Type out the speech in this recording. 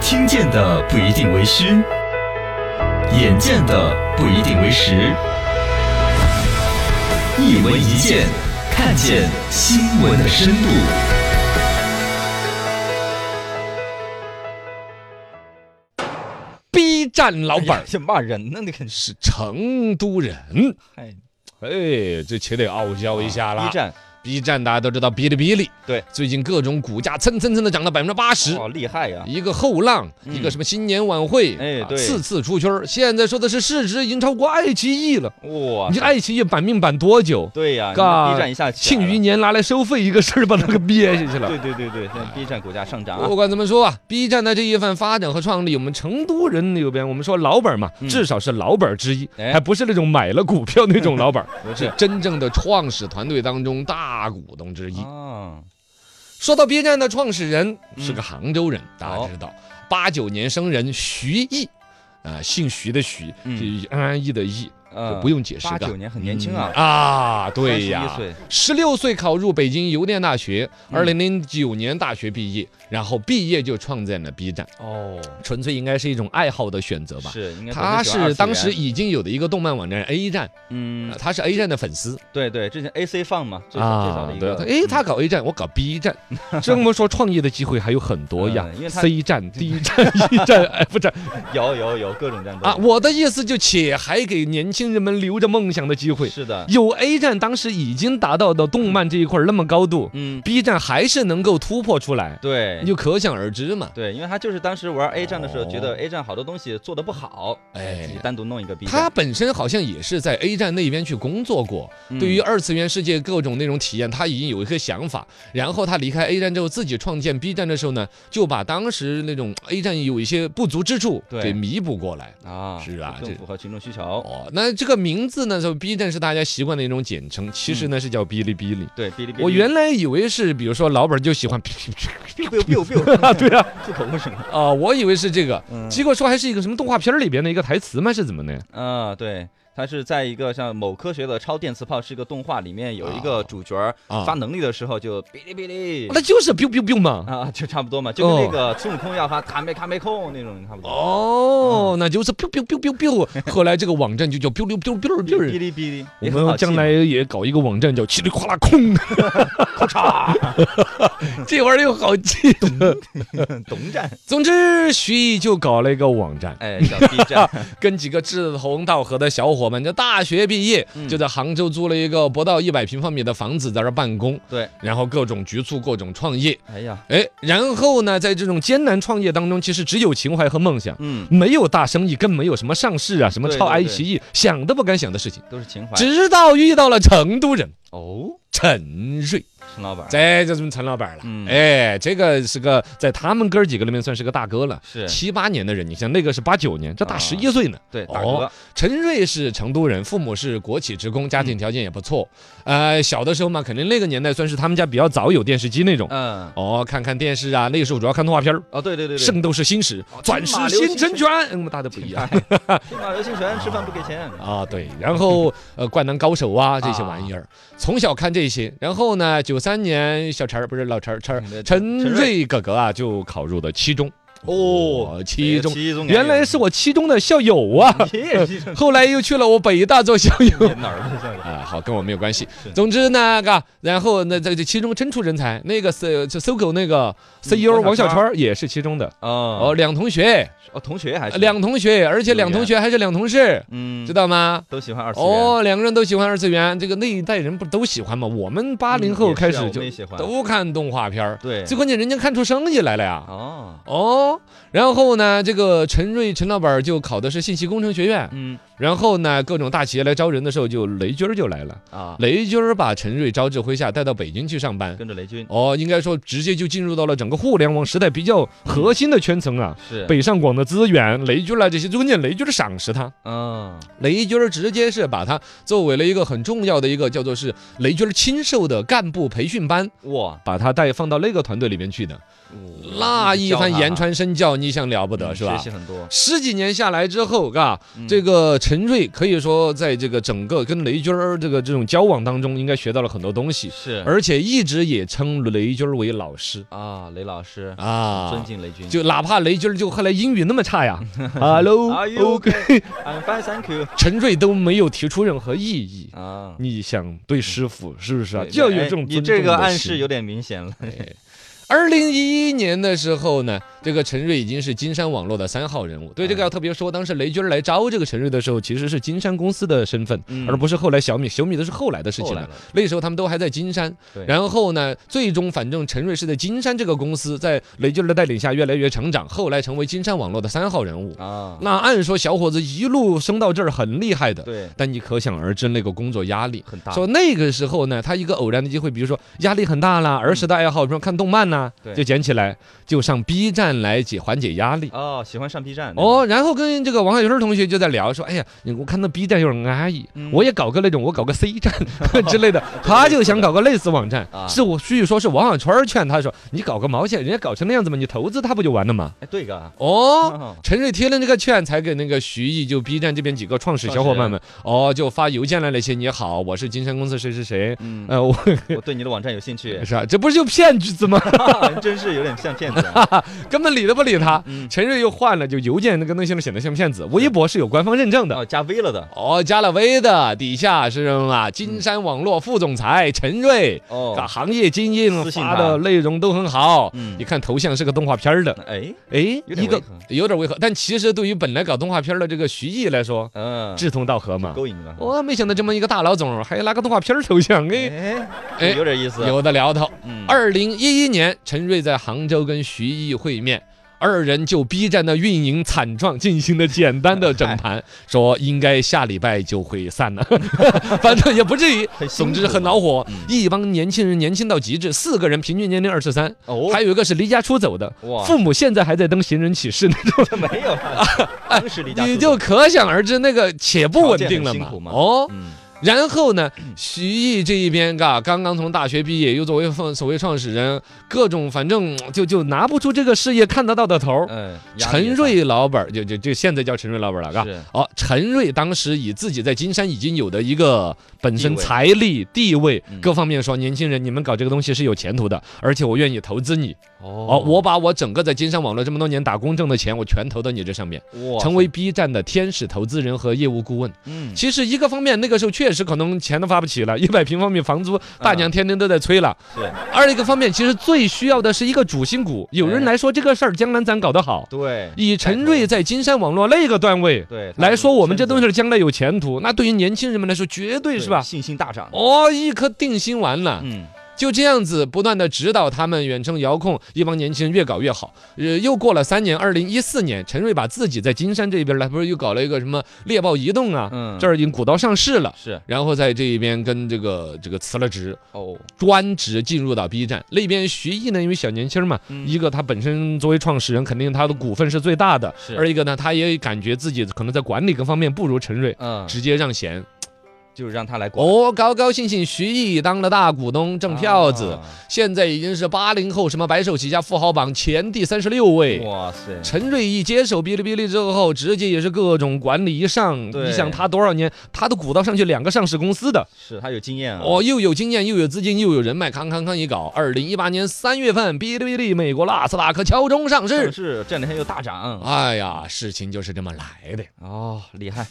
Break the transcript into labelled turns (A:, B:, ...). A: 听见的不一定为虚，眼见的不一定为实。一文一见，看见新闻的深度。
B: B 站老板儿
C: 这哎骂人呢，你肯定是。
B: 是成都人，
C: 哎
B: 哎，这且得傲娇一下啦。
C: 啊，B 站
B: B 站大家都知道，哔哩哔哩
C: 对，
B: 最近各种股价蹭蹭蹭的涨了百分之八十。
C: 哦厉害呀！
B: 一个后浪，
C: 嗯
B: 一个什么新年晚会，
C: 哎
B: 啊
C: 对
B: 次次出圈儿。现在说的是市值已经超过爱奇艺了，
C: 哇，
B: 你爱奇艺版命版多久？
C: 对呀
B: 嘎
C: 啊，B 站一下起来
B: 庆
C: 了
B: 余年拿来收费一个事儿把它给憋下去了
C: 对。对对对，现
B: 哎
C: 在 B 站股价上涨啊
B: 不，管怎么说啊，B 站的这一番发展和创立，我们成都人那边，我们说老板嘛，
C: 嗯
B: 至少是老板之一，
C: 哎
B: 还不是那种买了股票那种 老板，
C: 不啊
B: 是真正的创始团队当中大股东之一。
C: 啊，
B: 说到 B 站的创始人
C: 嗯
B: 是个杭州人，大家
C: 好
B: 知道，八九年生人徐毅，啊、姓徐的徐，
C: 嗯
B: 这安安逸的逸，
C: 呃
B: 不用解释
C: 八
B: 的。
C: 九年很年轻啊，
B: 啊，对
C: 31
B: 呀，
C: 岁
B: 十六岁考入北京邮电大学，二
C: 嗯
B: 零零九年大学毕业，然后毕业就创建了 B 站，
C: 哦，
B: 纯粹应该是一种爱好的选择吧。
C: 是应该
B: 他
C: 本身
B: 是
C: 喜欢
B: 当
C: 二
B: 时
C: 次元
B: 已经有的一个动漫网站 A 站，呃
C: 嗯，
B: 他是 A 站的粉丝
C: 对对，之前 AC 放嘛，最早最早的一
B: 对
C: 个，嗯
B: 啊，他哎，他搞 A 站，我搞 B 站，这么说创业的机会还有很多呀
C: 嗯因为他
B: ，C 站、D 站、E 站、F 站
C: 嗯有有有各种战斗
B: 啊，我的意思就且还给年轻人们留着梦想的机会，
C: 是的，
B: 有 A 站当时已经达到的动漫这一块儿那么高度，
C: 嗯，
B: B 站还是能够突破出来，
C: 对
B: 你。就可想而知嘛。
C: 对，因为他就是当时玩 A 站的时候，觉得
B: 哦
C: A 站好多东西做的不好，
B: 哎
C: 自己单独弄一个 B
B: 他
C: 站。
B: 本身好像也是在 A 站那边去工作过，
C: 嗯
B: 对于二次元世界各种那种体验，他已经有一个想法。然后他离开 A 站之后，自己创建 B 站的时候呢，就把当时那种 A 站有一些不足之处
C: 对
B: 给弥补过来。
C: 啊，
B: 是啊
C: 更
B: 这
C: 符合群众需求。
B: 哦，那这个名字呢，就 B 站是大家习惯的一种简称，其实呢是叫哔哩哔哩。
C: 对，嗯哔哩哔哩。
B: 我原来以为是，比如说老板就喜欢
C: biu biu biu biu，
B: 对啊，
C: 吐口为什么？
B: 啊，我以为是这个，
C: 嗯
B: 结果说还是一个什么动画片儿里边的一个台词吗？是怎么呢？
C: 啊，对，它是在一个像某科学的超电磁炮是一个动画里面有一
B: 啊
C: 个主角儿
B: 啊
C: 发能力的时候就哔哩哔哩
B: 那就是 biu biu biu 嘛。
C: 啊，就差不多嘛，就跟
B: 哦
C: 那个孙悟空要发卡梅卡梅控那种差不多。
B: 哦，那就是 biu biu biu biu biu。后来这个网站就叫 biu biu biu biu
C: 哔
B: biu。
C: 哩哔哩，
B: 我
C: 也很好
B: 们
C: 记
B: 将
C: 嘛
B: 来也搞一个网站叫嘁里哗啦空， 这玩意儿又好记。
C: 懂站，
B: 总之，徐艺就搞了一个网站，
C: 哎，小 B 站，
B: 跟几个志同道合的小伙伴，就大学毕业
C: 嗯
B: 就在杭州租了一个不到一百平方米的房子，在这儿办公，
C: 对，
B: 然后各种局促，各种创业。
C: 哎呀，
B: 哎，然后呢，在这种艰难创业当中，其实只有情怀和梦想，
C: 嗯，
B: 没有大生意，更没有什么上市啊，什么
C: 对
B: 超
C: 对
B: 爱
C: 对
B: 奇艺，想都不敢想的事情。
C: 都是情怀。
B: 直到遇到了成都人
C: 哦，
B: 陈瑞，
C: 陈老板儿，
B: 这就是陈老板
C: 哎
B: 了。
C: 嗯
B: 哎，这个是个在他们哥儿几个里面算是个大哥了。
C: 是
B: 七八年的人，你像那个是八九年，这大
C: 啊
B: 十一岁呢。
C: 对大
B: 哦
C: 哥，
B: 陈瑞是成都人，父母是国企职工，家庭条件也不错。
C: 嗯
B: 呃，小的时候嘛，肯定那个年代算是他们家比较早有电视机那种。
C: 嗯，
B: 哦，看看电视啊，那个时候主要看动画片儿。
C: 哦，对对对哦
B: 《
C: 对，
B: 圣斗士星矢》《钻石新成拳》，嗯，大家不一样
C: 天马流星拳吃饭不给钱，
B: 啊，对。然后呃，《灌篮高手》啊这些玩意儿，从小看这些。然后呢，九三年小陈儿不是老陈儿，陈
C: 嗯
B: 儿
C: 对
B: 陈
C: 陈
B: 瑞哥哥啊就考入了七中。
C: 哦，
B: 七中，
C: 七中嗯
B: 原来是我七中的校友啊，
C: 你也是一种
B: 后来又去了我北大做校友。
C: 哪儿的校友？
B: 啊，好，跟我没有关系
C: 嗯是。
B: 总之呢，嘎，然后那在这其中真出人才，那个搜就搜狗那个 CEO
C: 嗯王
B: 王
C: 小
B: 小
C: 川
B: 川儿也是其中的。哦，
C: 哦
B: 两同学，
C: 哦，同学还是
B: 两同学，而且两同学还是两同事，
C: 嗯，
B: 知道吗？
C: 都喜欢二次元。
B: 哦，两个人都喜欢二次元，这个那一代人不都喜欢吗？我们八零后开始就
C: 嗯也啊喜欢，
B: 都看动画片儿，
C: 对，
B: 最关键人家看出生意来了呀。
C: 哦，
B: 哦，然后呢，这个陈瑞陈老板儿就考的是信息工程学院，
C: 嗯
B: 然后呢，各种大企业来招人的时候，就雷军儿就来了。
C: 啊，
B: 雷军儿把陈瑞招至麾下，带到北京去上班。
C: 跟着雷军
B: 哦，应该说直接就进入到了整个互联网时代比较核心的圈层啊。
C: 是，
B: 北上广的资源，雷军啊啦这些，最关键雷军儿赏识他，
C: 嗯，
B: 雷军儿直接是把他作为了一个很重要的一个叫做是雷军儿亲授的干部培训班，
C: 哇，
B: 把他带放到那个团队里面去的。那一番言
C: 传
B: 传身教，你想了不
C: 不
B: 得是吧
C: 嗯学习？很多，
B: 嗯十几年下来之后，嘎，
C: 嗯
B: 这个陈瑞可以说在这个整个跟雷军儿这个这种交往当中，应该学到了很多东西，
C: 嗯是
B: 而且一直也称雷军儿为老师
C: 啊，雷老师，尊
B: 啊。
C: 敬雷军。
B: 就哪怕雷军儿就后来英语那么差 呀，Hello，
C: Are you
B: OK
C: I'm fine, thank you。
B: 陈瑞都没有提出任何异议。
C: 啊，
B: 你想对师傅是不是啊？
C: 对
B: 就要有
C: 哎
B: 这种
C: 你
B: 尊
C: 这
B: 重
C: 个
B: 的
C: 暗
B: 心哎
C: 示有点明显了。
B: 二零一一年的时候呢，这个陈瑞已经是金山网络的三号人物。对这
C: 嗯
B: 个要特别说，当时雷军来招这个陈瑞的时候，其实是金山公司的身份，
C: 嗯
B: 而不是后来小米。小米的是后来的事情
C: 后来
B: 了
C: 了。
B: 那时候他们都还在金山
C: 对，
B: 然后呢，最终反正陈瑞是在金山这个公司，在雷军的带领下越来越成长，后来成为金山网络的三号人物。
C: 啊，
B: 那按说小伙子一路升到这儿很厉害的，
C: 对，
B: 但你可想而知那个工作压力。
C: 很大。
B: 说那个时候呢，他一个偶然的机会，比如说压力很大啦，儿时的爱好，比如说看动漫呐、
C: 嗯对
B: 就捡起来，就上 B 站来解缓解压力。
C: 哦，喜欢上 B 站。
B: 哦，然后跟这个王小军同学就在聊，说，哎呀，你我看到 B 站有点安逸，
C: 嗯
B: 我也搞个那种，我搞个 C 站之类的，他就想搞个类似网站
C: 啊，
B: 是我据说是王小圈劝他说，你搞个毛线，人家搞成那样子嘛，你投资他不就完了吗？
C: 哎，对个，
B: 哦，
C: 哦，
B: 陈瑞贴了那个券，才给那个徐毅，就 B 站这边几个创始小伙伴们，哦，就发邮件来了，一些你好，我是金山公司谁谁谁，
C: 嗯，
B: 呃，我，
C: 我对你的网站有兴趣
B: 是啊，这不是就骗局子 吗？
C: 真是有点像骗 子啊。
B: 根本理都不理他。
C: 嗯，
B: 陈瑞又换了，就邮件那个东西显得像骗子，微博是有官方认证的。
C: 哦，加 V 了的。
B: 哦，加了微的，底下是什么啊？金山网络副总裁陈瑞， 啊，
C: 嗯哦，
B: 行业精英，
C: 私信
B: 发
C: 他
B: 的内容都很好。
C: 嗯
B: 一，看头像是个动画片儿的，
C: 哎，
B: 哎，
C: 有点违
B: 一个
C: 和。
B: 有点违和，但其实对于本来搞动画片儿的这个徐艺来说，
C: 嗯，
B: 志同道合嘛。
C: 勾引了。
B: 我没想到这么一个大老总还拿个动画片儿头像，哎，
C: 哎，
B: 哎
C: 有点意思。，
B: 有的聊头。
C: 嗯，
B: 二零一一年，陈瑞在杭州跟徐艺会面，二人就 B 站的运营惨状进行了简单的整
C: 哎
B: 盘，说应该下礼拜就会散了， 反正也不至于。
C: 很辛
B: 总
C: 苦
B: 之很恼火
C: 嗯，
B: 一帮年轻人年轻到极致，四个人平均年龄二十三，
C: 哦，
B: 还有一个是离家出走的，
C: 哇，
B: 父母现在还在登寻人启事呢，
C: 这没有 了，当时离家
B: 哎你
C: 出
B: 就
C: 走
B: 可想而知那个且不稳
C: 条件
B: 定
C: 很
B: 了
C: 辛
B: 嘛
C: 苦。嘛
B: 哦，
C: 嗯
B: 然后呢，徐毅这一边嘎，刚刚从大学毕业，又作为创所谓创始人，各种反正嗯就就拿不出这个事业看得到的头儿。
C: 嗯，压力也
B: 陈
C: 大
B: 瑞老板儿就就就现在叫陈瑞老板儿了，嘎。
C: 是
B: 哦，陈瑞当时以自己在金山已经有的一个本身
C: 地位
B: 财力、地位
C: 嗯
B: 各方面说，年轻人你们搞这个东西是有前途的，而且我愿意投资你。哦，
C: 哦
B: 我把我整个在金山网络这么多年打工挣的钱，我全投到你这上面，
C: 我
B: 成为 B 站的天使投资人和业务顾问。
C: 嗯
B: 其实一个方面，那个时候确实可能钱都发不起了，一百平方米房
C: 嗯
B: 租，大娘天天都在催了。
C: 是
B: 二一个方面，其实最需要的是一个主心骨。有人来说这个事儿，江南咱搞得好。
C: 对
B: 以陈瑞在金山网络那个段位
C: 对
B: 来说，我们这东
C: 西
B: 西将来有前途，那对于年轻人们来说，绝对是吧？
C: 信心大涨。
B: 哦，一颗定心丸了，
C: 嗯，
B: 就这样子不断的指导他们远程遥控，一帮年轻人越搞越好。呃，又过了三年，二零一四年，陈瑞把自己在金山这边来，不是又搞了一个什么猎豹移动啊，
C: 嗯
B: 这儿已经股到上市了。
C: 是
B: 然后在这一边跟这个这个辞了职，
C: 哦，
B: 专职进入到 B 站那边。徐艺呢，因为小年轻嘛，
C: 嗯
B: 一个他本身作为创始人，肯定他的股份是最大的
C: 是，
B: 二一个呢，他也感觉自己可能在管理各方面不如陈瑞，
C: 嗯，
B: 直接让贤。
C: 就让他来管
B: 啊哦，高高兴兴，徐艺当了大股东，挣票子，
C: 啊
B: 现在已经是八零后什么白手起家富豪榜前第三十六位。
C: 哇塞，
B: 陈瑞一接手哔哩哔哩之后，直接也是各种管理一上，
C: 对
B: 你想他多少年，他都股到上去两个上市公司的，
C: 是他有经验啊。
B: 哦，又有经验，又有资金，又有人脉，康康康一搞。二零一八年三月份，哔哩哔哩美国纳斯达克敲钟上市啊
C: 上。市这两天又大涨
B: 哎呀，事情就是这么来的。
C: 哦，厉害。